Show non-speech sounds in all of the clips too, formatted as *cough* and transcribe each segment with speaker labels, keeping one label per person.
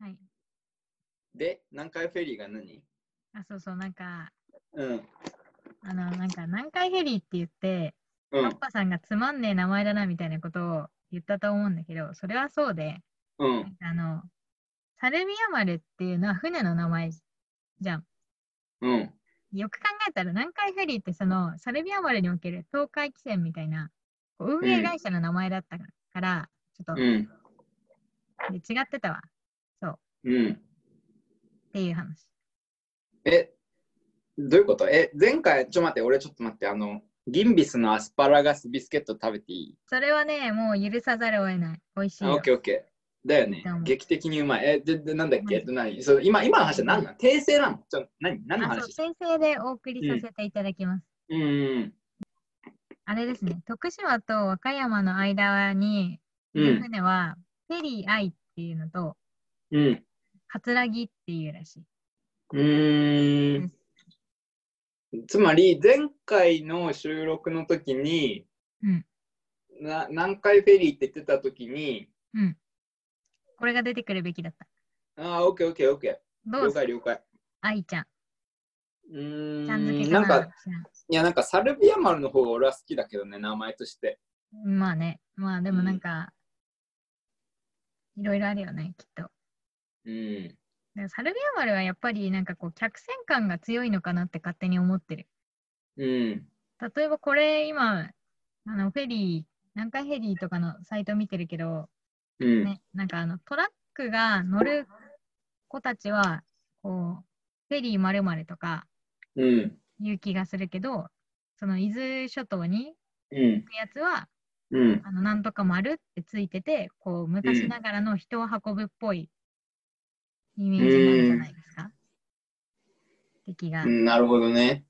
Speaker 1: はい。
Speaker 2: で、南海フェリーが何
Speaker 1: あ、そうそう、なんか、
Speaker 2: うん。
Speaker 1: あの、なんか、南海フェリーって言って、
Speaker 2: う
Speaker 1: カッ
Speaker 2: ん。
Speaker 1: パさんがつまんねえ名前だなみたいなことを言ったと思うんだけど、それはそうで、
Speaker 2: うん。
Speaker 1: あの、サルビア丸っていうのは船の名前じゃん。
Speaker 2: うん。
Speaker 1: よく考えたら南海フェリーってそのサルビア丸における東海汽船みたいなこう運営会社の名前だったから、ちょっと、
Speaker 2: うん。
Speaker 1: で違ってたわ
Speaker 2: うん。
Speaker 1: っていう話。
Speaker 2: え、どういうことえ、前回、ちょ待って、俺ちょっと待って、あの、ギンビスのアスパラガスビスケット食べていい
Speaker 1: それはね、もう許さざるを得ない。美味しい
Speaker 2: あ、オ
Speaker 1: よ
Speaker 2: ッ。ケーオッケー。だよね
Speaker 1: どうも。
Speaker 2: 劇的にうまい。え、で、でなんだっけ、
Speaker 1: う
Speaker 2: で何その今、今の話は何なの訂正なのちょ何何の
Speaker 1: あ、そう、
Speaker 2: 話
Speaker 1: 先生でお送りさせていただきます。
Speaker 2: うんうん。
Speaker 1: あれですね、徳島と和歌山の間に、
Speaker 2: うん。
Speaker 1: 船は、フェリーアイっていうのと、
Speaker 2: うん。
Speaker 1: カツラギっていうらしい。
Speaker 2: うーん。つまり、前回の収録の時に、
Speaker 1: うん
Speaker 2: な南海フェリーって言ってた時に、
Speaker 1: うん。これが出てくるべきだった。
Speaker 2: あー、オッケーオッケーオッケー。
Speaker 1: ど
Speaker 2: 了
Speaker 1: う
Speaker 2: 解了解。
Speaker 1: 愛ちゃん。
Speaker 2: うーん。
Speaker 1: ちゃん付けか
Speaker 2: な
Speaker 1: なん
Speaker 2: か、いや、なんか、サルビア丸の方が俺は好きだけどね、名前として。
Speaker 1: まあね、まあでもなんか、いろいろあるよね、きっと。
Speaker 2: う
Speaker 1: だ
Speaker 2: ん。
Speaker 1: からサルビア丸はやっぱりなんかこう、客船感が強いのかなって勝手に思ってる。
Speaker 2: うん。
Speaker 1: 例えばこれ今、あの、フェリー、南海フェリーとかのサイト見てるけど、
Speaker 2: うん。
Speaker 1: ね、なんかあのトラックが乗る子たちは、こう、フェリーまるとか
Speaker 2: うん。
Speaker 1: いう気がするけど、その伊豆諸島に
Speaker 2: うん。
Speaker 1: 行くやつは、
Speaker 2: うん。
Speaker 1: あのなんとか丸ってついてて、こう、昔ながらの人を運ぶっぽいイメージなんじゃないですか。って気が
Speaker 2: う
Speaker 1: し
Speaker 2: ん、なるほどね。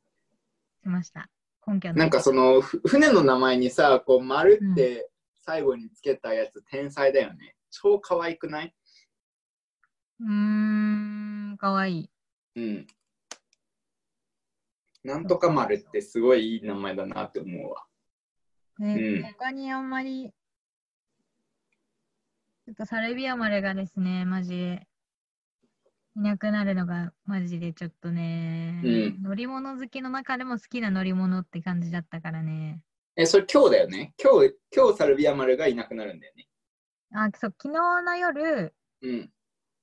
Speaker 1: ました。根拠の
Speaker 2: なんかそのふ船の名前にさ、こう丸って最後につけたやつ、天才だよね。超可愛くないう
Speaker 1: ーん、かわいい。
Speaker 2: うん。なんとか丸ってすごいいい名前だなって思うわ。
Speaker 1: ね
Speaker 2: うん
Speaker 1: 他にあんまり、ちょっとサルビア丸がですね、マジで、いなくなるのが、マジでちょっとね、
Speaker 2: うん
Speaker 1: 乗り物好きの中でも好きな乗り物って感じだったからね。
Speaker 2: え、それ今日だよね。今日、今日サルビア丸がいなくなるんだよね。
Speaker 1: あ、そう、昨日の夜、
Speaker 2: うん。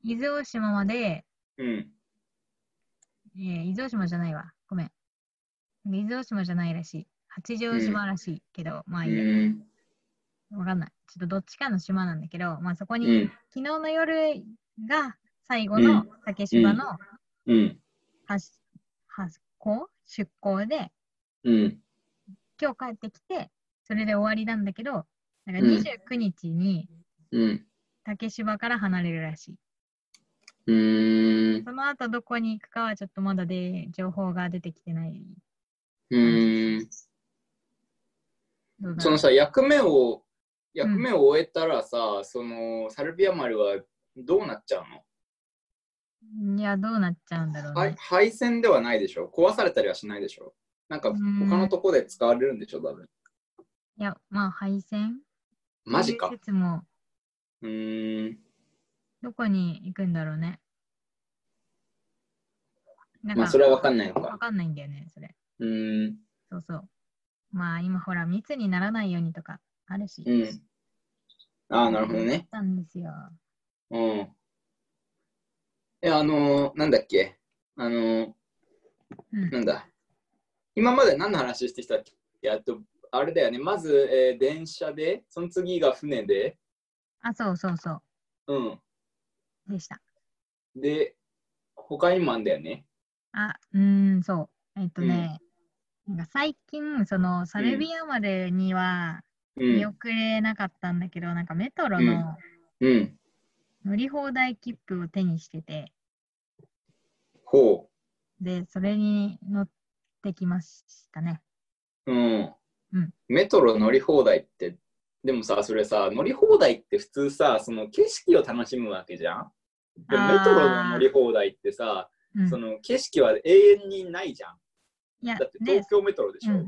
Speaker 1: 伊豆大島まで、
Speaker 2: うん。
Speaker 1: えー伊豆大島じゃないわ、ごめん。伊豆大島じゃないらしい。八丈島らしいけど、まあいいや、
Speaker 2: うん。
Speaker 1: わかんない。ちょっとどっちかの島なんだけど、まあそこ
Speaker 2: う
Speaker 1: に
Speaker 2: ん。
Speaker 1: 昨日の夜が最後
Speaker 2: う
Speaker 1: の
Speaker 2: ん
Speaker 1: 竹芝の
Speaker 2: うん。
Speaker 1: 発発行出港で
Speaker 2: うん。
Speaker 1: 今日帰ってきてそれで終わりなんだけどなん
Speaker 2: うん
Speaker 1: か29日に
Speaker 2: うん。
Speaker 1: 竹芝から離れるらしい、
Speaker 2: うーん。
Speaker 1: その後どこに行くかはちょっとまだで情報が出てきてない
Speaker 2: うん。
Speaker 1: どうだ
Speaker 2: そ
Speaker 1: ろ
Speaker 2: の
Speaker 1: う
Speaker 2: さ、役目を、役目を終えたらさ、そのサルビア丸はどうなっちゃうの
Speaker 1: いやどうなっちゃうんだろうね、
Speaker 2: はい、配線ではないでしょ壊されたりはしないでしょなんか
Speaker 1: う
Speaker 2: 他
Speaker 1: ーん
Speaker 2: のとこで使われるんでしょ多分
Speaker 1: いやまあ敗戦
Speaker 2: マジか
Speaker 1: という説も
Speaker 2: うーん
Speaker 1: どこに行くんだろうねなん
Speaker 2: まあそれは分かんないの
Speaker 1: わ
Speaker 2: か
Speaker 1: かんないんだよねそれ
Speaker 2: うーん
Speaker 1: そうそう。まあ今ほら密にならないようにとかあるし。
Speaker 2: うんああなるほど
Speaker 1: やっ
Speaker 2: ね
Speaker 1: たんですよ。
Speaker 2: うんえあのー、なんだっけあのー、
Speaker 1: うん
Speaker 2: なんだ今まで何の話してきたっけえっとあれだよねまず、えー電車でその次が船で
Speaker 1: あ、そうそうそ
Speaker 2: うん
Speaker 1: う。でした。
Speaker 2: で他にもあんだよね
Speaker 1: あ、うーん、そう。えっとね、なんか最近、そのサルビアまでには
Speaker 2: う
Speaker 1: 見
Speaker 2: ん
Speaker 1: 送れなかったんだけど、なんかメトロの
Speaker 2: うん
Speaker 1: 乗り放題切符を手にしてて、
Speaker 2: ほ
Speaker 1: で、それに乗ってきましたね。
Speaker 2: ううん
Speaker 1: うん
Speaker 2: メトロ乗り放題ってでもさそれさ乗り放題って普通さその景色を楽しむわけじゃんでも
Speaker 1: あー
Speaker 2: メトロの乗り放題ってさ、
Speaker 1: うん、
Speaker 2: その景色は永遠にないじゃん
Speaker 1: いや
Speaker 2: だって、
Speaker 1: で
Speaker 2: 東、京メトロでしょ
Speaker 1: うん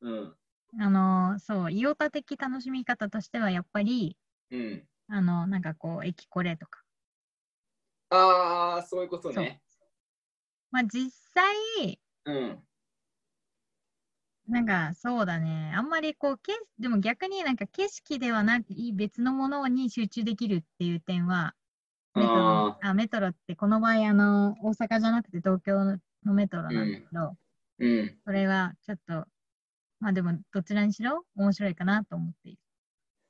Speaker 2: うん
Speaker 1: あのーそう、イオタ的楽しみ方としては、やっぱり、
Speaker 2: うん
Speaker 1: あの、なんかこう、駅これとか、
Speaker 2: ああ、そういうことね。
Speaker 1: まあ実際、
Speaker 2: うん。
Speaker 1: なんかそうだね。あんまりこう、けでも逆になんか景色ではない別のものに集中できるっていう点は、メトロ
Speaker 2: あ
Speaker 1: あメトロってこの場合あの大阪じゃなくて東京のメトロなんだけど、
Speaker 2: ーうん。
Speaker 1: それはちょっと、まあでもどちらにしろ面白いかなと思っている。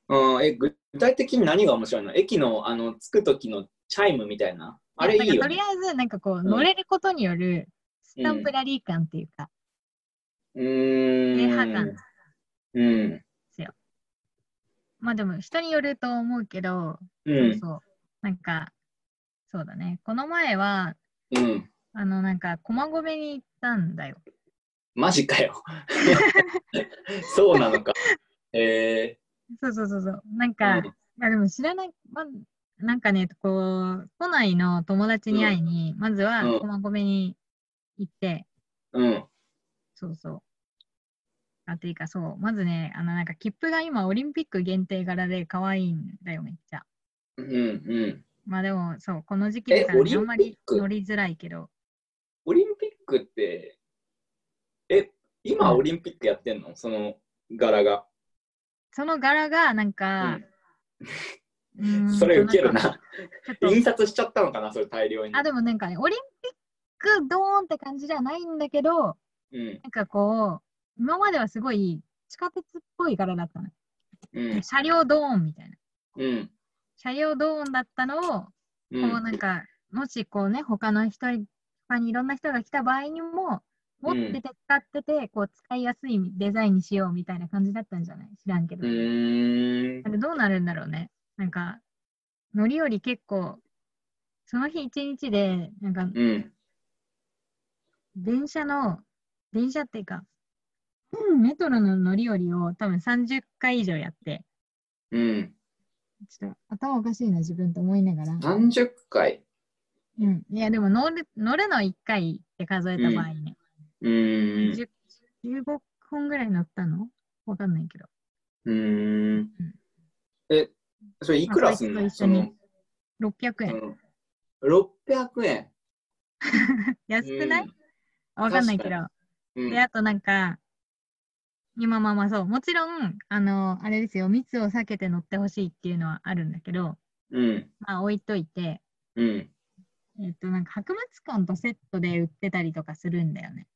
Speaker 2: うん、え具体的に何が面白いの駅のあの着く時のチャイムみたいな。あれいい
Speaker 1: なん
Speaker 2: よ、
Speaker 1: かとり
Speaker 2: ね
Speaker 1: あ。えずなんかこう、
Speaker 2: ん
Speaker 1: 乗れることによるスタンプラリー感っていうか、
Speaker 2: うーん。
Speaker 1: 礼拝館
Speaker 2: うん。
Speaker 1: まあでも人によると思うけど、そ
Speaker 2: う。
Speaker 1: うんそう。なんか、そうだね。この前は、
Speaker 2: うん。
Speaker 1: あのなんか駒込に行ったんだよ。
Speaker 2: マジ
Speaker 1: *laughs*
Speaker 2: かよ。そうなのか。え
Speaker 1: そうそうそうそう。なん
Speaker 2: ー
Speaker 1: か、まあでも知らない、まあ、なんかね、こう、都内の友達に会いに、まずは
Speaker 2: うん
Speaker 1: 駒込に行って、
Speaker 2: うん。うん。
Speaker 1: そうそう。あ、ていうかそう、まずね、あのなんか切符が今オリンピック限定柄で可愛いんだよ、めっちゃ。
Speaker 2: うん。うん。
Speaker 1: まあでもそう、この時期だか
Speaker 2: え
Speaker 1: ら
Speaker 2: オ
Speaker 1: ね、
Speaker 2: リンピック
Speaker 1: あんまり乗りづらいけど、
Speaker 2: オリンピックって、え、今オリンピックやってんのその柄が。
Speaker 1: その柄がなんか、うーんと
Speaker 2: それウケる。
Speaker 1: んか
Speaker 2: な。
Speaker 1: ちょっと
Speaker 2: *laughs* 印刷しちゃったのかなそれ大量に。
Speaker 1: あ、でもなんかね、オリンピックドーンって感じじゃないんだけど、
Speaker 2: うん。
Speaker 1: なんかこう、今まではすごい地下鉄っぽい柄だったの。
Speaker 2: うん。
Speaker 1: 車両ドーンみたいな。
Speaker 2: うん。
Speaker 1: 車両ドーンだったのを、こ
Speaker 2: う。
Speaker 1: うんなんか、もしこうね、他の人に、他にいろんな人が来た場合にも、持ってて使ってて、こう使いやすいデザインにしようみたいな感じだったんじゃない知らんけど。
Speaker 2: うーん
Speaker 1: あれどうなるんだろうね。なんか、乗りより結構、その日一日で、なんか、
Speaker 2: うん。
Speaker 1: 電車の、電車っていうか、うんメトロの乗り降りを多分30回以上やって、
Speaker 2: うん。
Speaker 1: ちょっと頭おかしいな、自分と思いながら。
Speaker 2: 30回。
Speaker 1: うん。いや、でも乗る乗るの1回って数えた場合ね、
Speaker 2: うーん。
Speaker 1: 10 15本ぐらい乗ったのわかんないけど。
Speaker 2: うーん。え、それいくらすん
Speaker 1: ま
Speaker 2: の
Speaker 1: あ
Speaker 2: その、
Speaker 1: 600円。
Speaker 2: うん、600円。
Speaker 1: 安くない
Speaker 2: うん
Speaker 1: わかんないけど
Speaker 2: 確。うん
Speaker 1: で、あとなんか、今まあまあそう、もちろん、あの、あれですよ、密を避けて乗ってほしいっていうのはあるんだけど、
Speaker 2: うん。
Speaker 1: まあ置いといて、
Speaker 2: うん。
Speaker 1: えっと、なんか博物館とセットで売ってたりとかするんだよね。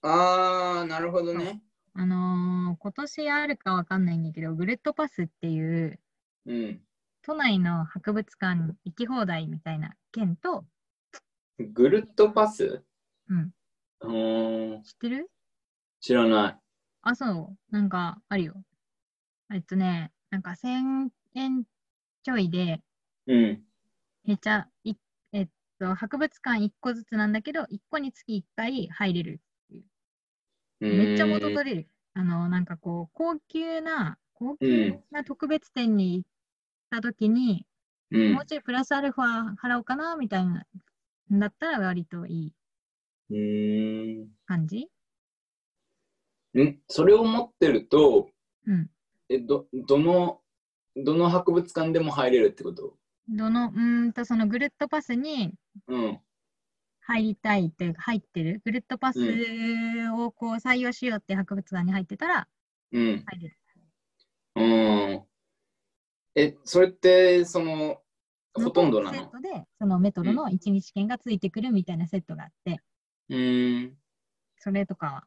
Speaker 2: あー、なるほどね。
Speaker 1: あのー今年あるかわかんないんだけど、グルットパスっていう
Speaker 2: うん。
Speaker 1: 都内の博物館行き放題みたいな券と、
Speaker 2: ぐるっとパス
Speaker 1: うん、
Speaker 2: うーん。
Speaker 1: 知ってる
Speaker 2: 知らない。
Speaker 1: あ、そう、なんかあるよ。えっとね、なんか1000円ちょいで、
Speaker 2: うん。
Speaker 1: めちゃ、いえっと、博物館1個ずつなんだけど、1個につき1回入れる。
Speaker 2: うーん
Speaker 1: めっちゃ元取れる。あの、なんかこう、高級な、高
Speaker 2: うん
Speaker 1: 級な特別展に行った時に、
Speaker 2: うん
Speaker 1: もうちょいプラスアルファ払おうかな、みたいな、だったら割といいう
Speaker 2: ーん。
Speaker 1: 感じ
Speaker 2: んそれを持ってると、
Speaker 1: うん。
Speaker 2: え、ど、どの、どの博物館でも入れるってこと
Speaker 1: どの、うーんと、そのグルッとパスに
Speaker 2: うん。
Speaker 1: 入りたいっていうか、入ってる。グルッとパスをこう採用しようって博物館に入ってたら
Speaker 2: うん。
Speaker 1: 入れる。
Speaker 2: うん。え、それって、その、ほとんどな
Speaker 1: セッ
Speaker 2: の
Speaker 1: トで、そのメトロの1日券がついてくるみたいなセットがあって、
Speaker 2: うーん。
Speaker 1: それとかは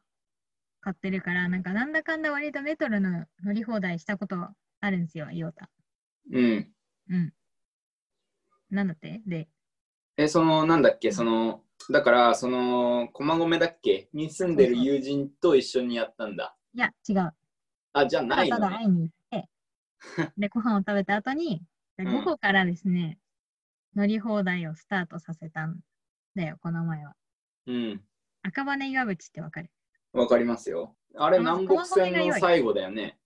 Speaker 1: 買ってるから、なんかなんだかんだ割とメトロの乗り放題したことあるんですよ、イオタ。
Speaker 2: うん。
Speaker 1: うん。なんだってで、
Speaker 2: え、その、なんだっけ、その、だから、その、駒込だっけに住んでる友人と一緒にやったんだ。
Speaker 1: いや、違う。
Speaker 2: あ、じゃあ
Speaker 1: た
Speaker 2: な
Speaker 1: だ
Speaker 2: い
Speaker 1: た
Speaker 2: の
Speaker 1: だ
Speaker 2: ね。
Speaker 1: 会いに行
Speaker 2: *laughs*
Speaker 1: って、で、ご飯を食べた後に、で
Speaker 2: うん
Speaker 1: 午後からですね、乗り放題をスタートさせたんだよ、この前は。
Speaker 2: うん。
Speaker 1: 赤羽岩渕ってわかる
Speaker 2: わかりますよ。あれ、
Speaker 1: あの
Speaker 2: 南北線の最後だよね。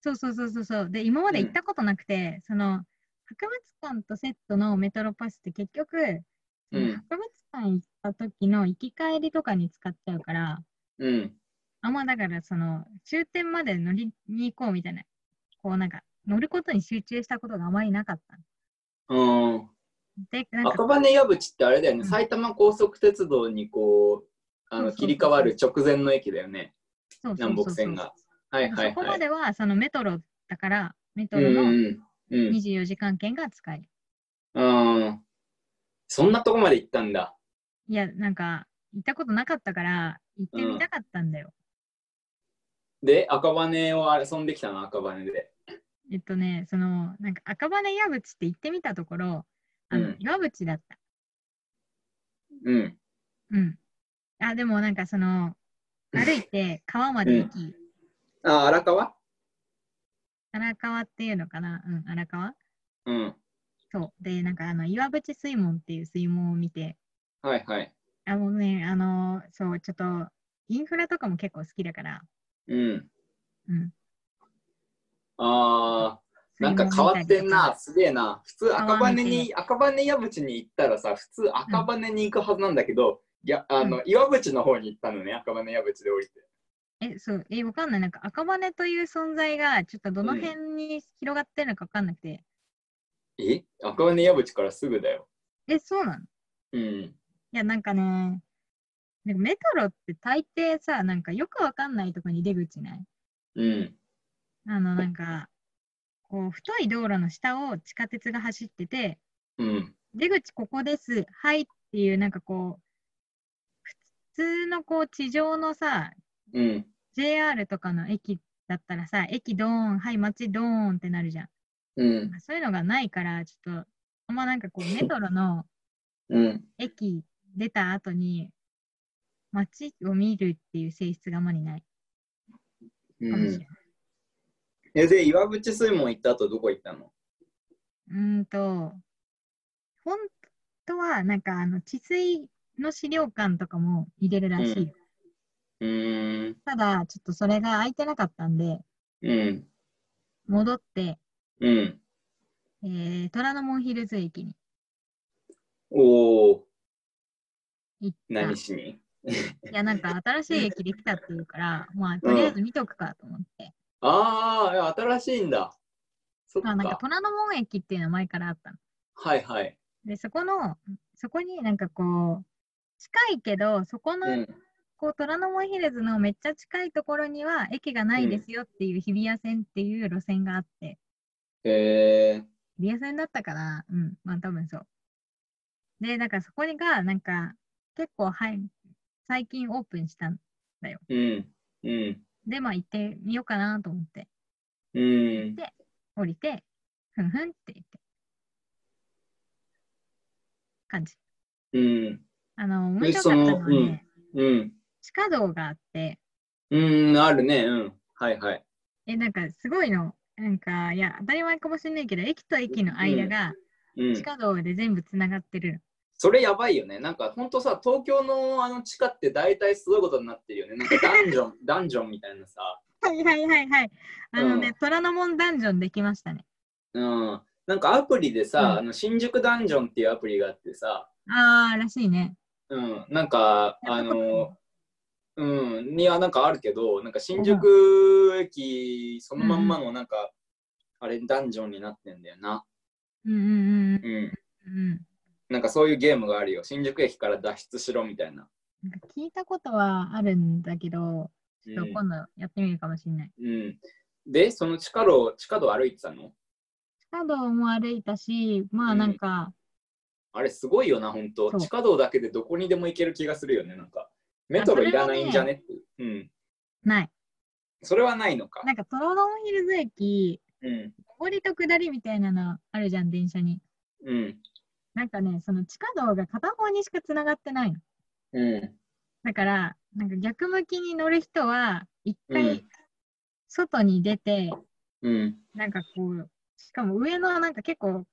Speaker 1: そうそうそうそうそう。で、今まで行ったことなくて、その、博物館とセットのメトロパスって結局、その
Speaker 2: うん
Speaker 1: 博物館行った時の行き帰りとかに使っちゃうから、
Speaker 2: うん。
Speaker 1: あんまだからその終点まで乗りに行こうみたいな、こうなんか乗ることに集中したことがあまりなかった。
Speaker 2: うん。
Speaker 1: で、なんか、
Speaker 2: 赤羽矢淵ってあれだよね、
Speaker 1: うん
Speaker 2: 埼玉高速鉄道にこう
Speaker 1: そ
Speaker 2: あ
Speaker 1: うそう
Speaker 2: の
Speaker 1: そう
Speaker 2: 切り替わる直前の駅だよね。
Speaker 1: そうそうそうそう
Speaker 2: 南北線が。はい
Speaker 1: そ
Speaker 2: はい
Speaker 1: こ
Speaker 2: は
Speaker 1: ま
Speaker 2: い。
Speaker 1: では、そのメトロだから、メト
Speaker 2: うん
Speaker 1: ロ
Speaker 2: う
Speaker 1: の
Speaker 2: んうん
Speaker 1: 24時間券が使える。
Speaker 2: うん。うん。そんなとこまで行ったんだ。
Speaker 1: いや、なんか、行ったことなかったから、行ってみたかったんだよ。
Speaker 2: で赤羽を遊んできたの赤羽で。
Speaker 1: えっとね、その、なんか赤羽岩淵って行ってみたところ、あ
Speaker 2: う
Speaker 1: の
Speaker 2: ん、
Speaker 1: 岩淵だった。
Speaker 2: うん
Speaker 1: うん。あ、でもなんかその、歩いて川まで行き、
Speaker 2: あ荒川
Speaker 1: 荒川っていうのかなうん、荒川
Speaker 2: うん。
Speaker 1: そう。で、なんかあの、岩淵水門っていう水門を見て、
Speaker 2: はいはい。
Speaker 1: あのね、あの、そう、ちょっと、インフラとかも結構好きだから、
Speaker 2: うん。
Speaker 1: うん。
Speaker 2: あーなんか
Speaker 1: 水
Speaker 2: 変
Speaker 1: 門
Speaker 2: わ
Speaker 1: 見たり
Speaker 2: っ
Speaker 1: と
Speaker 2: てんな。すげえな。普通赤羽に赤羽矢淵に行ったらさ普通赤羽に行くはずなんだけど、いやあの岩淵の方に行ったのね赤羽矢淵で降りて。
Speaker 1: え、そう、え、わかんない。なんか赤羽という存在が、ちょっとどの
Speaker 2: うん
Speaker 1: 辺に広がってるのかわかんなくて、
Speaker 2: え赤羽矢淵からすぐだよ。
Speaker 1: え、そうなの
Speaker 2: うん。
Speaker 1: いや、なんかね、なんかメトロって大抵さ、なんかよくわかんないとこに出口ない
Speaker 2: うん。
Speaker 1: あの、なんか、こう、太い道路の下を地下鉄が走ってて、
Speaker 2: うん。
Speaker 1: 出口ここです、はいっていう、なんかこう、普通のこう、地上のさ、
Speaker 2: うん。
Speaker 1: JR とかの駅だったらさ、駅ドーン、はい、街ドーンってなるじゃん。
Speaker 2: うん。
Speaker 1: そういうのがないから、ちょっと、あんまなんかこう、メトロの
Speaker 2: うん。
Speaker 1: 駅出た後に、街を見るっていう性質があまりない。かもしれない。
Speaker 2: えで、岩淵水門行った後どこ行ったの
Speaker 1: うーんと、本当は、なんか、あの、治水の資料館とかも入れるらしい。
Speaker 2: うんうーん。
Speaker 1: ただ、ちょっとそれが空いてなかったんで、
Speaker 2: うん。
Speaker 1: 戻って、
Speaker 2: うん。
Speaker 1: えー、虎ノ門ヒルズ駅に
Speaker 2: おお。
Speaker 1: 行った。
Speaker 2: 何しに
Speaker 1: いや、なんか、新しい駅できたっていうから、まあ、とりあえず見とくかと思って。
Speaker 2: ああ、新しいんだ。そっ
Speaker 1: まあ、
Speaker 2: か。
Speaker 1: なんか、虎ノ門駅っていうのは前からあったの。
Speaker 2: はいはい。
Speaker 1: で、そこの、そこになんかこう、近いけど、そこの
Speaker 2: うん。
Speaker 1: こう虎ノ門ヒルズのめっちゃ近いところには駅がないですよっていう日比谷線っていう路線があって、
Speaker 2: えー。
Speaker 1: 日比谷線だったかなうん、まあ多分そう。で、なんかそこが、なんか結構、はい、最近オープンしたん
Speaker 2: うん。うん。
Speaker 1: で、まあ行ってみようかなと思って、
Speaker 2: うん。
Speaker 1: 降りて、ふんふんって言って。感じ。
Speaker 2: うん。
Speaker 1: あの、面白かったのは
Speaker 2: そのう
Speaker 1: ね
Speaker 2: ん、うん。
Speaker 1: 地下道があって、
Speaker 2: うん。あるね。うん。はいはい。
Speaker 1: え、なんかすごいの。なんか、いや、当たり前かもしれないけど、駅と駅の間が
Speaker 2: うん
Speaker 1: 地。下道で全部つながってる。
Speaker 2: それやばいよね。なんかほんとさ、東京のあの地下って大体すごいことになってるよね。なんかダンジョン、ダンジョンみたいなさ。
Speaker 1: はいはいはいはい。あのね、
Speaker 2: うん
Speaker 1: 虎ノ門ダンジョンできましたね。
Speaker 2: うん。なんかアプリでさ、
Speaker 1: うん
Speaker 2: あの新宿ダンジョンっていうアプリがあってさ、
Speaker 1: あー、らしいね。
Speaker 2: うん、なんか、
Speaker 1: や
Speaker 2: あ
Speaker 1: ったことない
Speaker 2: の、うん、いや、なんかあるけど、なんか新宿駅そのまんまの、なんか、あれ、ダンジョンになってんだよな。
Speaker 1: うんうんうん
Speaker 2: うん。
Speaker 1: うん。うん
Speaker 2: なんかそういうゲームがあるよ。新宿駅から脱出しろみたいな。
Speaker 1: なんか聞いたことはあるんだけど、
Speaker 2: う
Speaker 1: ちょっと
Speaker 2: ん。
Speaker 1: 今度やってみるかもしれない。
Speaker 2: うん、で、その地下路、地下道歩いてたの
Speaker 1: 地下道も歩いたし、ま
Speaker 2: う
Speaker 1: あ
Speaker 2: ん
Speaker 1: なんか、
Speaker 2: あれ、すごいよな、ほんと
Speaker 1: そ。う
Speaker 2: 地下道だけでどこにでも行ける気がするよね、なんか。メトロいらないんじゃねって。うん。
Speaker 1: ない。
Speaker 2: それはないのか。
Speaker 1: なんか虎ノ門ヒルズ駅、
Speaker 2: うん。
Speaker 1: 上りと下りみたいなのあるじゃん、電車に。
Speaker 2: うん。
Speaker 1: なんかね、その地下道が片方にしかつながってないの。
Speaker 2: うん。
Speaker 1: だから、なんか逆向きに乗る人は、一
Speaker 2: う
Speaker 1: 回
Speaker 2: ん
Speaker 1: 外に出て、
Speaker 2: うん。
Speaker 1: なんかこう、しかも上のなんか結構、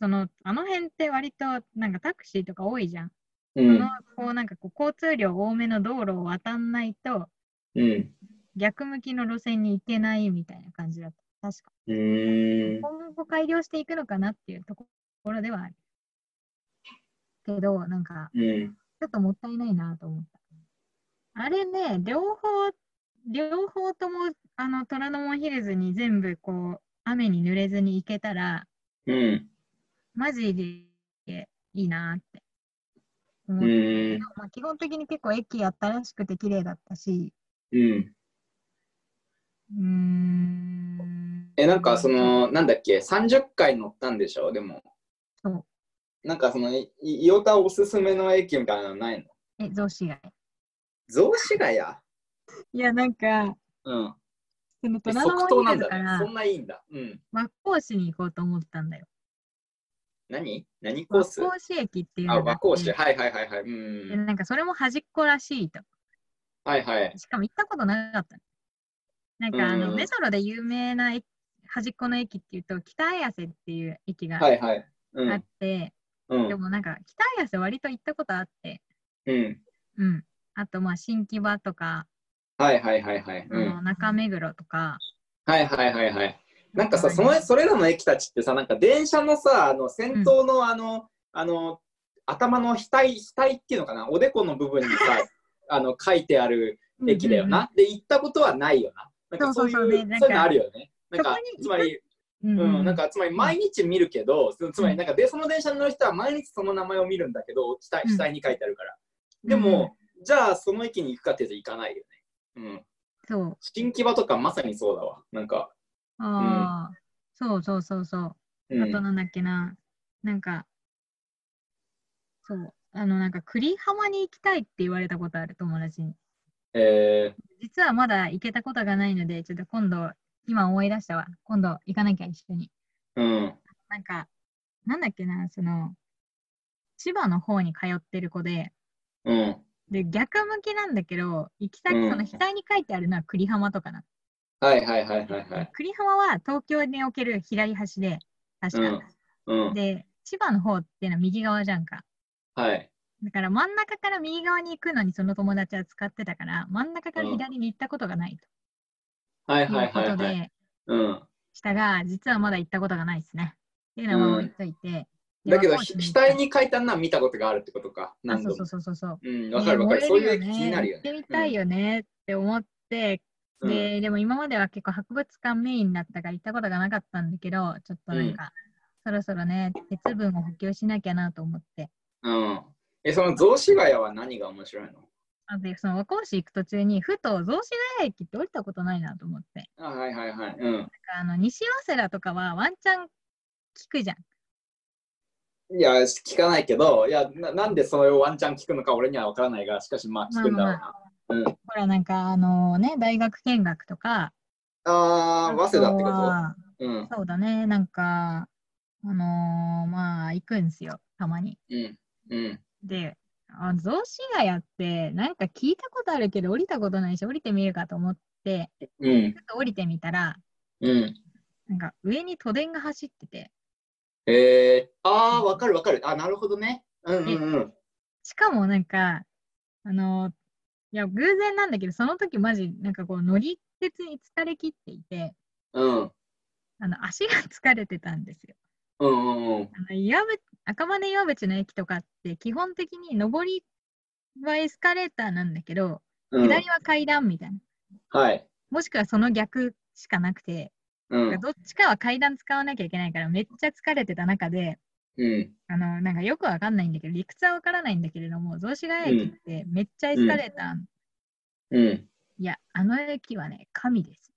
Speaker 1: その、あの辺って割となんかタクシーとか多いじゃん。
Speaker 2: う
Speaker 1: そ
Speaker 2: ん
Speaker 1: の、こうなんかこう交通量多めの道路を渡んないと、
Speaker 2: うん。
Speaker 1: 逆向きの路線に行けないみたいな感じだった。確か。
Speaker 2: うーん。
Speaker 1: 今後改良していくのかなっていうところではある。けど、なんか、
Speaker 2: うん。
Speaker 1: ちょっともったいないなと思った。あれね、両方、両方とも、あの、虎ノ門ヒルズに全部こう、雨に濡れずに行けたら、
Speaker 2: うん。
Speaker 1: マジでいいなーって思
Speaker 2: う
Speaker 1: う。
Speaker 2: ーん。
Speaker 1: まあ、基本的に結構駅新しくて綺麗だったし、
Speaker 2: うん。
Speaker 1: うーん。
Speaker 2: え、なんかそ、の、なんだっけ、30回乗ったんでしょでも。
Speaker 1: そう
Speaker 2: なんかその、い伊予田おすすめの駅みたいなのないの
Speaker 1: え、雑司が谷。
Speaker 2: 雑司ヶ谷
Speaker 1: いや、なんか、
Speaker 2: うん。
Speaker 1: その
Speaker 2: え
Speaker 1: 虎ノ
Speaker 2: 即
Speaker 1: 門
Speaker 2: 答
Speaker 1: に
Speaker 2: な
Speaker 1: あ
Speaker 2: ん
Speaker 1: るか
Speaker 2: だね。
Speaker 1: ら
Speaker 2: そん、ないいんだ。うん。
Speaker 1: 和光市に行こうと思ったんだよ。
Speaker 2: 何何コ
Speaker 1: 和
Speaker 2: ース
Speaker 1: 光市駅っていう
Speaker 2: あ、
Speaker 1: のがあ
Speaker 2: 和
Speaker 1: って
Speaker 2: 光市。はいはいはいはい。う
Speaker 1: で
Speaker 2: ん。
Speaker 1: なんかそれも端っこらしいと。
Speaker 2: はいはい。
Speaker 1: しかも行ったことなかったの。なんかあ
Speaker 2: うんう
Speaker 1: の、
Speaker 2: ん
Speaker 1: メトロで有名な駅端っこの駅っていうと、北綾瀬っていう駅が
Speaker 2: はいはい。う
Speaker 1: あっ
Speaker 2: ん。
Speaker 1: て、
Speaker 2: う
Speaker 1: で
Speaker 2: ん。
Speaker 1: もなんか北綾瀬割と行ったことあって、
Speaker 2: うん。
Speaker 1: うん。あとまあ新木場とか、
Speaker 2: はいはいはいはい。
Speaker 1: あ
Speaker 2: う
Speaker 1: の
Speaker 2: ん。
Speaker 1: 中目黒とか、
Speaker 2: はいはいはいはい。なんかさ、
Speaker 1: あ
Speaker 2: そのそれらの駅たちってさ、なんか電車のさ、あの先頭のあの、あの頭の額額っていうのかな、おでこの部分に
Speaker 1: *laughs*
Speaker 2: さ、あの書いてある駅だよな。。で行ったことはないよな。なんかそういう
Speaker 1: そうそう
Speaker 2: そ
Speaker 1: うそうねなんか
Speaker 2: いうのあるよね。なん
Speaker 1: そ
Speaker 2: か
Speaker 1: こに
Speaker 2: つまり、
Speaker 1: うんうん
Speaker 2: うん、なんかつまり毎日見るけど、つつまりなんかでその電車に乗る人は毎日その名前を見るんだけど、額
Speaker 1: うん
Speaker 2: 額に書いてあるから。でも、じゃあその駅に行くかっていうと行かないよね。うん。
Speaker 1: そう。
Speaker 2: 新木場とかまさにそうだわ。なんか。
Speaker 1: ああ、そうそうそうそう。
Speaker 2: うん
Speaker 1: あとなんだっけな、なんか、そう、あの、なんか、栗浜に行きたいって言われたことある、友達に。
Speaker 2: え
Speaker 1: 実はまだ行けたことがないので、ちょっと今度、今思い出したわ。今度行かなきゃ一緒に。
Speaker 2: ー、うん。
Speaker 1: なんか、なんだっけな、その、千葉の方に通ってる子で、
Speaker 2: うん。
Speaker 1: で、逆向きなんだけど、行き先、
Speaker 2: うん
Speaker 1: その額に書いてあるのは栗浜とかな。
Speaker 2: はいはいはいはいはい。
Speaker 1: 栗浜は東京における左端で、確か。
Speaker 2: うん。
Speaker 1: で、千葉の方っていうのは右側じゃんか。
Speaker 2: はい。
Speaker 1: だから真ん中から右側に行くのにその友達は使ってたから、真ん中から
Speaker 2: うん
Speaker 1: 左に行ったことがない
Speaker 2: はい
Speaker 1: とい
Speaker 2: は
Speaker 1: う
Speaker 2: い
Speaker 1: こ
Speaker 2: はい
Speaker 1: と
Speaker 2: はい。
Speaker 1: で
Speaker 2: うん。
Speaker 1: したが、実はまだ行ったことがないですね。っていうのはまあ置いといて。
Speaker 2: だけど、
Speaker 1: で
Speaker 2: ひ額。に書いたのは見たことがあるってことか。
Speaker 1: 和
Speaker 2: 何
Speaker 1: 光市に行
Speaker 2: 度
Speaker 1: ったあそうそうそ
Speaker 2: も。
Speaker 1: うそうそう。
Speaker 2: うん、わかるわかる。
Speaker 1: ね
Speaker 2: そう
Speaker 1: 燃え
Speaker 2: いう駅気になるよね。
Speaker 1: 行ってみたいよねって思って、
Speaker 2: うん。うん
Speaker 1: で、でも今までは結構博物館メインだったから行ったことがなかったんだけど、ちょっとなんか、そろそろね、鉄分を補給しなきゃなと思って。
Speaker 2: うん。え、その雑司ヶ谷は何が面白いの
Speaker 1: あで、その和光市行く途中に、ふと雑司ヶ谷駅って降りたことないなと思って。
Speaker 2: あ、はいはいはい。うん。
Speaker 1: あの西早稲田とかはワンチャン聞くじゃん。
Speaker 2: いや、聞かないけど、いや、ななんでそれをワンチャン聞くのか俺にはわからないが、しかしまあ聞くんだろうな。
Speaker 1: ほらなんかあのね大学見学とか。
Speaker 2: あー、早稲田ってこ
Speaker 1: あは
Speaker 2: とうん。
Speaker 1: そうだねなんかあのーまあ行くんすよたまに。
Speaker 2: うん。うん。
Speaker 1: であ雑司ヶ谷ってなんか聞いたことあるけど降りたことないし降りてみるかと思って
Speaker 2: うん
Speaker 1: ちょ。っと降りてみたら
Speaker 2: うん。
Speaker 1: なんか上に都電が走ってて
Speaker 2: えー、あー、わかるわかる。あ、なるほどね。うんうんうん。
Speaker 1: しかもなんかあのーいや偶然なんだけどその時マジなんかこう乗り鉄に疲れ切っていて。
Speaker 2: うん。
Speaker 1: あの足が疲れてたんですよ。
Speaker 2: うんうんうん。
Speaker 1: あの岩淵赤羽岩淵の駅とかって基本的に上りはエスカレーターなんだけど、
Speaker 2: うん
Speaker 1: 左は階段みたいな。
Speaker 2: はい。
Speaker 1: もしくはその逆しかなくて、
Speaker 2: うん。
Speaker 1: どっちかは階段使わなきゃいけないからめっちゃ疲れてた中で、
Speaker 2: うん。
Speaker 1: あのなんかよくわかんないんだけど、理屈はわからないんだけれども、雑司ヶ谷駅ってめっちゃエスカレーターあんの、
Speaker 2: うん。
Speaker 1: いや、あの駅はね、神です。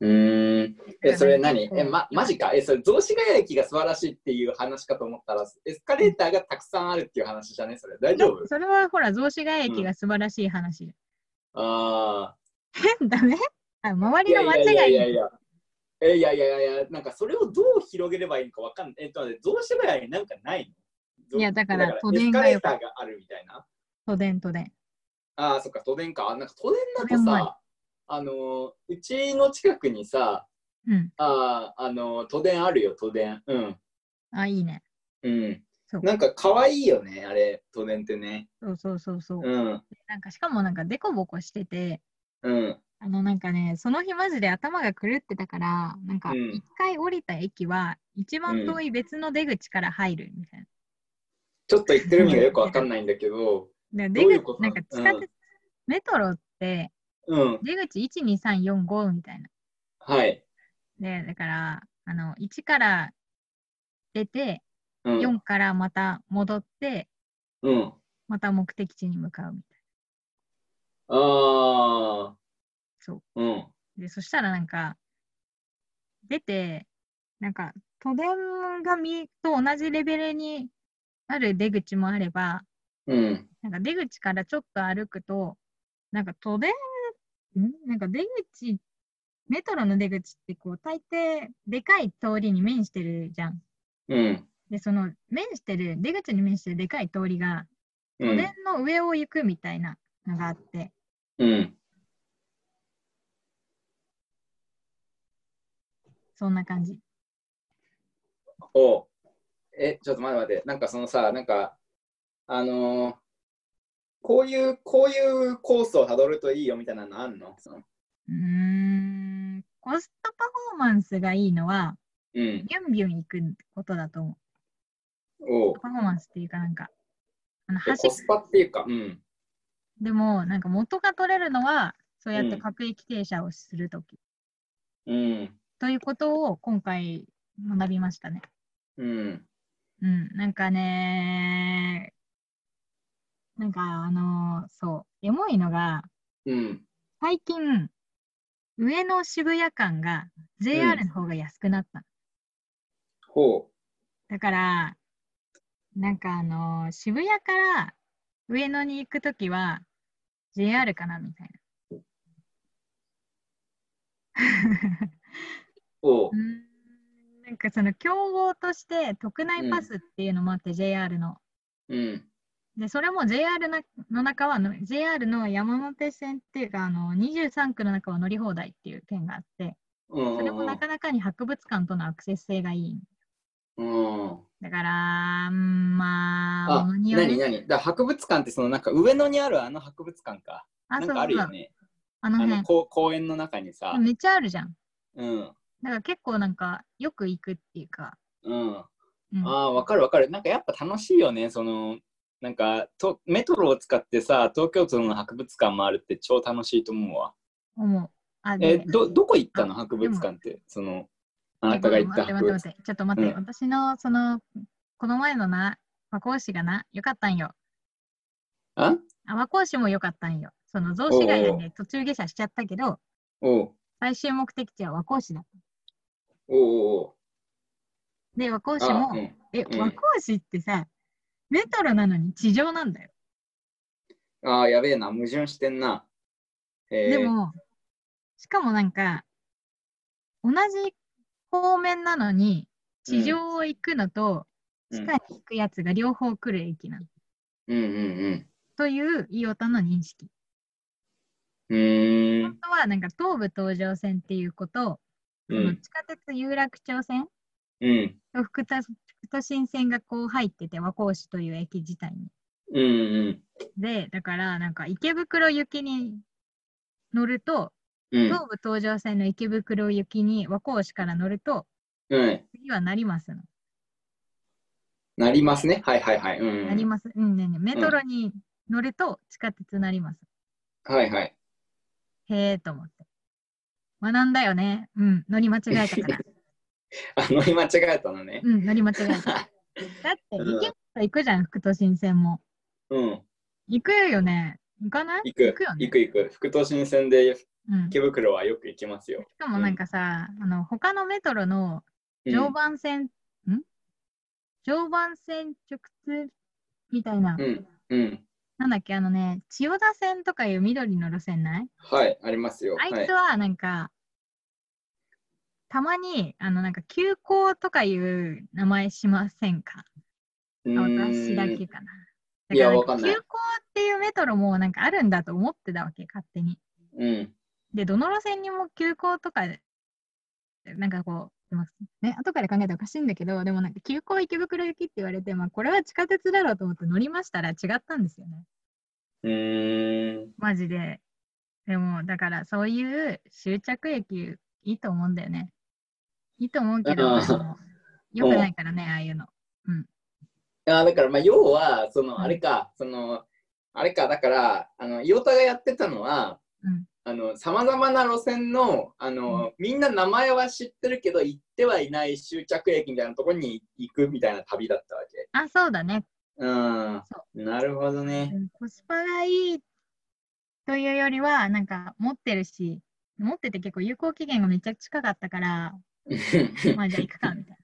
Speaker 2: うーん。え、それ何
Speaker 1: 結構
Speaker 2: え、ま、マジかえ、それ、雑司ヶ谷駅が素晴らしいっていう話かと思ったら、エスカレーターがたくさんあるっていう話じゃねそれ。大丈夫
Speaker 1: それはほら、雑司ヶ谷駅が素晴らしい話。
Speaker 2: あ
Speaker 1: *laughs* ダメあ周
Speaker 2: あ。
Speaker 1: りの間違い
Speaker 2: いやいやいやいや。えいやいやいやいや、なんかそれをどう広げればいいのかわかんない。えっと、ね、雑司ヶ谷になんかないの
Speaker 1: いやだから都
Speaker 2: エ
Speaker 1: 電
Speaker 2: スカ
Speaker 1: が
Speaker 2: レ
Speaker 1: よ
Speaker 2: ーターがあるみたいな。
Speaker 1: 都電都電。
Speaker 2: ああ、そっか、都電か。なんか都電だ
Speaker 1: 都電
Speaker 2: と
Speaker 1: 前
Speaker 2: さ、あのー、うちの近くにさ、
Speaker 1: うん。
Speaker 2: ああ、あのー、都電あるよ、都電。うん。
Speaker 1: あ、いいね。
Speaker 2: うん
Speaker 1: そう。
Speaker 2: なんか可愛いよね、あれ、都電ってね。
Speaker 1: そうそうそうそう。
Speaker 2: うん。
Speaker 1: なんかしかもなんかデコボコしてて、
Speaker 2: うん。
Speaker 1: あのなんかね、その日マジで頭が狂ってたから、なんか
Speaker 2: うん
Speaker 1: 一回降りた駅は一
Speaker 2: う
Speaker 1: 番
Speaker 2: ん
Speaker 1: 遠い別の出口から入るみたい
Speaker 2: ちょっと言ってる意味がよくわかんないんだけど、
Speaker 1: な。で
Speaker 2: どうい
Speaker 1: 出
Speaker 2: うこ
Speaker 1: 口、
Speaker 2: と
Speaker 1: な
Speaker 2: なん
Speaker 1: か地下
Speaker 2: のう
Speaker 1: 鉄、メトロって
Speaker 2: うん。
Speaker 1: 出口12345みたいな。
Speaker 2: はい。
Speaker 1: で、だから、あの、1から出て、
Speaker 2: うん
Speaker 1: 4からまた戻って、
Speaker 2: うん。
Speaker 1: また目的地に向かうみたい
Speaker 2: ああ。。
Speaker 1: そう
Speaker 2: うん。
Speaker 1: な。で、そしたらなんか、出て、なんか、都電がみと同じレベルになる出口もあれば、
Speaker 2: うん。
Speaker 1: なんか出口からちょっと歩くと、なんか都電、んなんか出口、メトロの出口ってこう、大抵でかい通りに面してるじゃん。
Speaker 2: うん。
Speaker 1: で、その面してる、出口に面してるでかい通りが、
Speaker 2: う
Speaker 1: 都電
Speaker 2: ん。
Speaker 1: の上を行くみたいなのがあって、
Speaker 2: うん。
Speaker 1: そんな感じ。
Speaker 2: おうえ、ちょっと待って待って。なんかそのさ、なんか、あのーこういう、こういうコースをたどるといいよみたいなのあんのその
Speaker 1: うーん、コストパフォーマンスがいいのは、
Speaker 2: うん。
Speaker 1: ビュンビュン行くことだと思う。
Speaker 2: おう
Speaker 1: パフォーマンスっていうかなんか、あの
Speaker 2: え
Speaker 1: 端
Speaker 2: コ
Speaker 1: っ
Speaker 2: スパっていうか、うん。
Speaker 1: でも、なんか元が取れるのは、そうやって各駅停車をするとき、
Speaker 2: うん。
Speaker 1: ということを今回学びましたね。
Speaker 2: うん。
Speaker 1: うん、なんかねなんかあのーそう、エモいのが、
Speaker 2: うん。
Speaker 1: 最近、上野渋谷間が JR の方が安くなった。
Speaker 2: ほ
Speaker 1: だから、なんかあのー渋谷から上野に行くときは JR かなみたいな。
Speaker 2: う。おう
Speaker 1: う。んなんかその競合として特内パスっていうのもあって、JR の。
Speaker 2: うん。
Speaker 1: で、それも JR なの中はの、JR の山手線っていうか、あの23区の中は乗り放題っていう券があって、
Speaker 2: うん。
Speaker 1: それもなかなかに博物館とのアクセス性がいい。
Speaker 2: うん。
Speaker 1: だから、うんまあ、
Speaker 2: あ、
Speaker 1: 物による
Speaker 2: 何何だから博物館ってそのなんか上野にあるあの博物館か。
Speaker 1: あ、
Speaker 2: なん
Speaker 1: そう
Speaker 2: か
Speaker 1: そ
Speaker 2: あるよ
Speaker 1: う、
Speaker 2: ね。
Speaker 1: あの
Speaker 2: あの
Speaker 1: 辺。
Speaker 2: こう公園の中にさ。
Speaker 1: めっちゃあるじゃん。
Speaker 2: うん。
Speaker 1: だから結構なんか、よく行くっていうか。
Speaker 2: うん。
Speaker 1: うん、
Speaker 2: ああー、わかるわかる。なんかやっぱ楽しいよね。その、なんかとメトロを使ってさ、東京都の博物館もあるって超楽しいと思うわ。
Speaker 1: 思う。あ、で
Speaker 2: え、ど、どこ行ったの
Speaker 1: あ
Speaker 2: 博物館って。その、あ
Speaker 1: え
Speaker 2: なたが行っ
Speaker 1: 待
Speaker 2: た
Speaker 1: って
Speaker 2: 博
Speaker 1: 待って
Speaker 2: 物
Speaker 1: 待
Speaker 2: 館。
Speaker 1: って、ちょっと待って、
Speaker 2: うん
Speaker 1: 私のその、この前のな、和光市がな、よかったんよ。
Speaker 2: あ
Speaker 1: あ和光市もよかったんよ。その雑司ヶ
Speaker 2: おう
Speaker 1: 谷
Speaker 2: お
Speaker 1: で途中下車しちゃったけど、
Speaker 2: おう
Speaker 1: 最終目的地は和光市だった。
Speaker 2: おうおうおう。
Speaker 1: で、和光市
Speaker 2: あ
Speaker 1: も、
Speaker 2: うん、
Speaker 1: え、
Speaker 2: うん
Speaker 1: 和光市ってさ、メトロなのに地上なんだよ。
Speaker 2: あーやべえな。矛盾してんな。えー、
Speaker 1: でも、しかもなんか、同じ方面なのに、地上を行くのと、
Speaker 2: うん
Speaker 1: 地下に行くやつが両方来る駅なの。
Speaker 2: うんうんうん。
Speaker 1: という、イオタの認識。
Speaker 2: うー
Speaker 1: 本
Speaker 2: ん。
Speaker 1: 当はなんか東武東上線っていうこと、
Speaker 2: う
Speaker 1: その
Speaker 2: ん。
Speaker 1: 地下鉄有楽町線
Speaker 2: うん。
Speaker 1: と副都副都心線がこう入ってて和光市という駅自体に。
Speaker 2: うんうん。
Speaker 1: でだからなんか池袋行きに乗ると
Speaker 2: うん。
Speaker 1: 東武東上線の池袋行きに和光市から乗ると
Speaker 2: うん。
Speaker 1: 次は成増の。
Speaker 2: なりますね。はいはいはい。うん。
Speaker 1: 成増、うんねね、メトロに乗ると地下鉄成増。
Speaker 2: はいはい。
Speaker 1: へえと思って。学んだよね。うん、乗り間違えた
Speaker 2: *laughs*
Speaker 1: から。
Speaker 2: あ、乗り間違えたのね。
Speaker 1: うん、乗り間違えた。だって
Speaker 2: うん
Speaker 1: 池袋行くじゃん、副都心線も。
Speaker 2: *laughs* うん。
Speaker 1: 行くよね。行かない
Speaker 2: 行く。
Speaker 1: よね。
Speaker 2: 行く行く。副都心線で
Speaker 1: うん、し
Speaker 2: 池袋はよく行きますよ。
Speaker 1: かもなんかさ、あの他のメトロの
Speaker 2: うん
Speaker 1: 常磐線、ん常磐線直通みたいな、
Speaker 2: うん。うん。
Speaker 1: なんだっけ、あのね、千代田線とかいう緑の路線ない
Speaker 2: はい、ありますよ。
Speaker 1: あ
Speaker 2: はいい
Speaker 1: つ。はなんか、たまに、あの、なんか、急行とかいう名前しませんか
Speaker 2: う
Speaker 1: あ
Speaker 2: ー
Speaker 1: 私
Speaker 2: ん
Speaker 1: だけかな。
Speaker 2: いや
Speaker 1: だら
Speaker 2: わかんない
Speaker 1: 急行っていうメトロもなんかあるんだと思ってたわけ、勝手に。
Speaker 2: うん。
Speaker 1: で、どの路線にも急行とかで、なんかこう、でもね、後から考えたらおかしいんだけど、でもなんか急行池袋行きって言われて、まあこれは地下鉄だろうと思って乗りましたら違ったんですよね。
Speaker 2: うーん。
Speaker 1: マジで。でも、だからそういう終着駅いいと思うんだよね。いいと思うけど、
Speaker 2: あ
Speaker 1: あ
Speaker 2: ー
Speaker 1: の良くないからね、ああいうの。
Speaker 2: あだから、まあ、要は、そ
Speaker 1: うん
Speaker 2: の、あれか、その、あれか、だから、あの、イオタがやってたのは、
Speaker 1: うん
Speaker 2: あの、さまざまな路線の、あの、みんな名前は知ってるけど、行ってはいない終着駅みたいなところに行くみたいな旅だったわけ。
Speaker 1: あ、そうだね。
Speaker 2: うん。なるほどね。 *laughs*
Speaker 1: うんコスパがいいというよりは、なんか持ってるし、持ってて結構有効期限がめっちゃ近かったから、まあじゃあ行くかみたい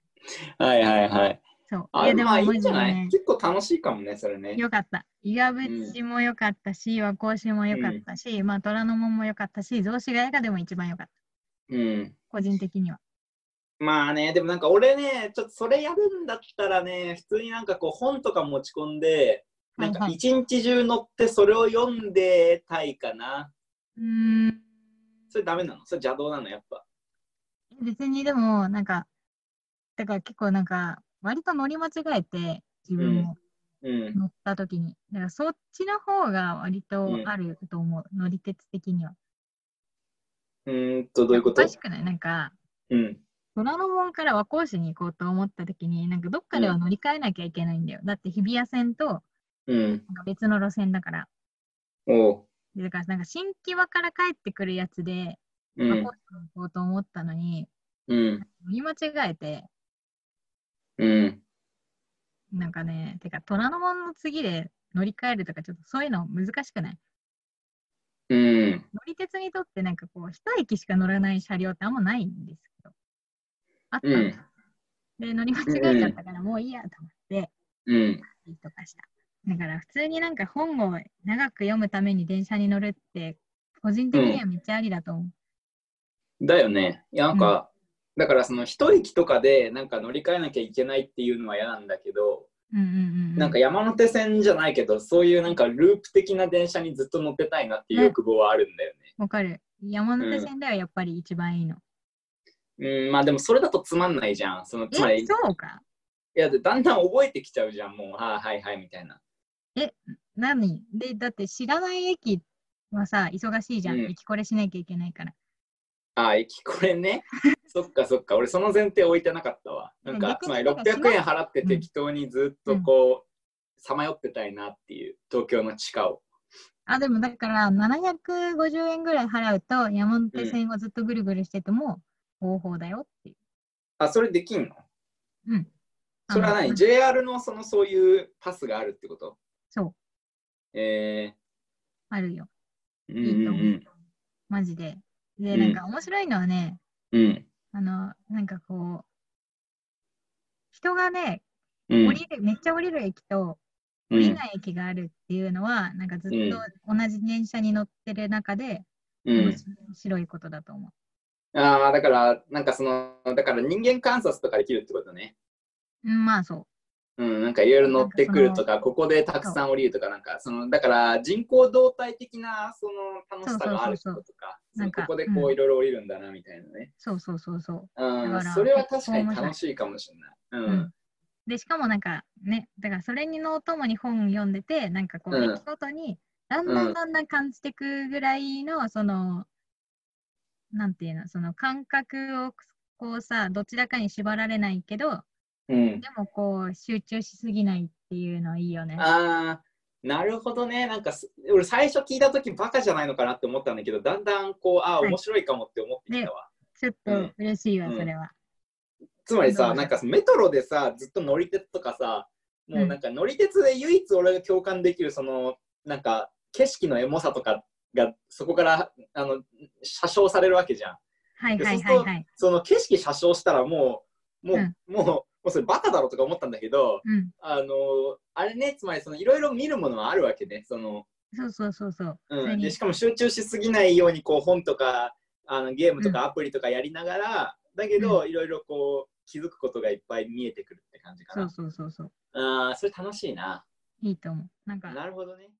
Speaker 2: はいはいはい。
Speaker 1: な。そう。
Speaker 2: あ、まあいいんじ
Speaker 1: 覚
Speaker 2: ゃな
Speaker 1: えて
Speaker 2: い、
Speaker 1: るね
Speaker 2: 結構楽しいかもね、それね。
Speaker 1: よかった。岩淵も良かったし、和光市も良かったし、まあ虎ノ門も良かったし、雑司ヶ谷がでも一番良かった。
Speaker 2: うん。
Speaker 1: 個人的には。
Speaker 2: まあね、でもなんか俺ね、ちょっとそれやるんだったらね、普通になんかこう本とか持ち込んで、なんか
Speaker 1: はいはい
Speaker 2: 一日中乗ってそれを読んでたいかな。
Speaker 1: うーん。
Speaker 2: それダメなのそれ邪道なのやっぱ。
Speaker 1: 別にでも、なんか、だから結構なんか、割と乗り間違えて、自分も
Speaker 2: うん。
Speaker 1: 乗った時に。だからそっちの方が割と
Speaker 2: うん
Speaker 1: あると思う。乗り鉄的には。
Speaker 2: うーんと、どういうこ
Speaker 1: お
Speaker 2: と
Speaker 1: かしくないなんか、
Speaker 2: うん。
Speaker 1: 虎ノ門から和光市に行こうと思った時に、なんかどっかでは乗り換えなきゃいけないんだよ。だって日比谷線と
Speaker 2: うん。
Speaker 1: なんか別の路線だから。
Speaker 2: おう。
Speaker 1: でだからなんか新木場から帰ってくるやつで、
Speaker 2: う
Speaker 1: 和光。
Speaker 2: ん
Speaker 1: 市に行こうと思ったのに、
Speaker 2: うん。
Speaker 1: 乗り間違えて、
Speaker 2: うん。
Speaker 1: なんかね、てか虎ノ門の次で乗り換えるとか、ちょっとそういうの難しくない
Speaker 2: うん。
Speaker 1: 乗り鉄にとってなんかこう、一駅しか乗らない車両ってあんまないんですけど。あったの
Speaker 2: うん。
Speaker 1: で、乗り間違えちゃったから、もういいやと思って、
Speaker 2: うん。
Speaker 1: いいとかした。だから普通になんか本を長く読むために電車に乗るって、個人的にはめっちゃありだと思う。
Speaker 2: だよね。いや、なんか、だからその一駅とかでなんか乗り換えなきゃいけないっていうのは嫌なんだけど、
Speaker 1: うんうんうんう。
Speaker 2: なんか山手線じゃないけど、そういうなんかループ的な電車にずっと乗ってたいなっていう欲望はあるんだよ
Speaker 1: わかる。山
Speaker 2: う
Speaker 1: 手
Speaker 2: ん
Speaker 1: 線ではやっぱり一番いいの。
Speaker 2: ね。うん、まあでもそれだとつまんないじゃん。そのつまり、
Speaker 1: え、
Speaker 2: い
Speaker 1: そうか
Speaker 2: や、だんだん覚えてきちゃうじゃん。もう、あーはいはいみたいな。
Speaker 1: 何で、だって知らない駅はさ、忙しいじゃん。
Speaker 2: うん
Speaker 1: 駅これしなきゃいけないから。
Speaker 2: あー駅これ *laughs* ね。そっかそっか。俺その前提置いてなかったわ。なんか、
Speaker 1: 逆
Speaker 2: つ
Speaker 1: に
Speaker 2: まり
Speaker 1: なんか
Speaker 2: 600
Speaker 1: 違
Speaker 2: 円
Speaker 1: う
Speaker 2: 払って
Speaker 1: うん
Speaker 2: 適当にずっとこう、さまよってたいなっていう、東京の地下を。
Speaker 1: あ、でもだから、750円ぐらい払うと、山手線をずっとぐるぐるしてても、合法だよっていう。
Speaker 2: あ、それできんの
Speaker 1: うん。
Speaker 2: それは何
Speaker 1: あの
Speaker 2: ?JR のそのそういうパスがあるってこと
Speaker 1: そう、
Speaker 2: え
Speaker 1: あるよ。
Speaker 2: ー、
Speaker 1: いいと
Speaker 2: う
Speaker 1: 思う。
Speaker 2: ん
Speaker 1: マジで。で、
Speaker 2: うん
Speaker 1: なんか面白いのはね、
Speaker 2: うんうん。
Speaker 1: あの、なんかこう、人がね、
Speaker 2: う
Speaker 1: 降
Speaker 2: ん
Speaker 1: りる、めっちゃ降りる駅と、
Speaker 2: う
Speaker 1: 降り
Speaker 2: ん
Speaker 1: ない駅があるっていうのは、なんかずっ
Speaker 2: うん
Speaker 1: と同じ電車に乗ってる中で、
Speaker 2: う
Speaker 1: 面
Speaker 2: ん
Speaker 1: 白いことだと思う。
Speaker 2: ああ、だから、なんかその、だから人間観察とかできるってことね。
Speaker 1: うん、まあそう。
Speaker 2: うん、なんかいろいろ乗ってくるとか、ここでたくさん降りるとか、なんか、その、だから人工動態的な、その、楽しさがあるって
Speaker 1: そうそうそ
Speaker 2: ことか、
Speaker 1: うそう
Speaker 2: そ
Speaker 1: なん
Speaker 2: の
Speaker 1: か
Speaker 2: ここでこ
Speaker 1: う
Speaker 2: うんいろいろ降りるんだな、みたいなね。
Speaker 1: そうそうそうそう。
Speaker 2: う
Speaker 1: だ
Speaker 2: ん
Speaker 1: から、
Speaker 2: それは確かに楽しいかもしれない。うん。
Speaker 1: で、しかもなんかね、だからそれにのお供に本読んでて、なんかこう、
Speaker 2: うん
Speaker 1: 駅ごとに、だんだ
Speaker 2: うんん
Speaker 1: だんだん感じてくぐらいの、その、なんていうの、その感覚をこうさ、どちらかに縛られないけど、
Speaker 2: うん。
Speaker 1: でもこう、集中しすぎないっていうのはいいよね。
Speaker 2: あーなるほどね。なんかす、俺最初聞いたときバカじゃないのかなって思ったんだけど、だんだんこう、ああ、
Speaker 1: はい
Speaker 2: 面白いかもって思ってきたわ。
Speaker 1: ちょっ
Speaker 2: う
Speaker 1: と
Speaker 2: ん
Speaker 1: 嬉しいわ、
Speaker 2: うん
Speaker 1: それは。
Speaker 2: つまり
Speaker 1: ど
Speaker 2: さ、
Speaker 1: う
Speaker 2: なんかメトロでさ、ずっと乗り鉄とかさ、もうなんか乗り鉄で唯一俺が共感できる、その、なんか、景色のエモさとかが、そこから、あの、車掌されるわけじゃん。
Speaker 1: はい
Speaker 2: で
Speaker 1: はい
Speaker 2: そ
Speaker 1: はい
Speaker 2: うすると
Speaker 1: はい。
Speaker 2: その景色車掌したらもう、もう、
Speaker 1: うん
Speaker 2: もう、もうそれバカだろとか思ったんだけど、
Speaker 1: うん。
Speaker 2: あのあれね、つまりその、いろいろ見るものはあるわけね、その、
Speaker 1: そうそうそうそう。それ
Speaker 2: うん、
Speaker 1: に
Speaker 2: でしかも集中しすぎないようにこう本とかあのゲーム
Speaker 1: う
Speaker 2: と
Speaker 1: ん
Speaker 2: かアプリとかやりながら、だけどいろいろこう気づくことがいっぱい見えてくるって感じか
Speaker 1: そう
Speaker 2: な。
Speaker 1: そうそうそう。
Speaker 2: ああーそれ楽しいな。
Speaker 1: いいと思う。なんか、
Speaker 2: なるほどね。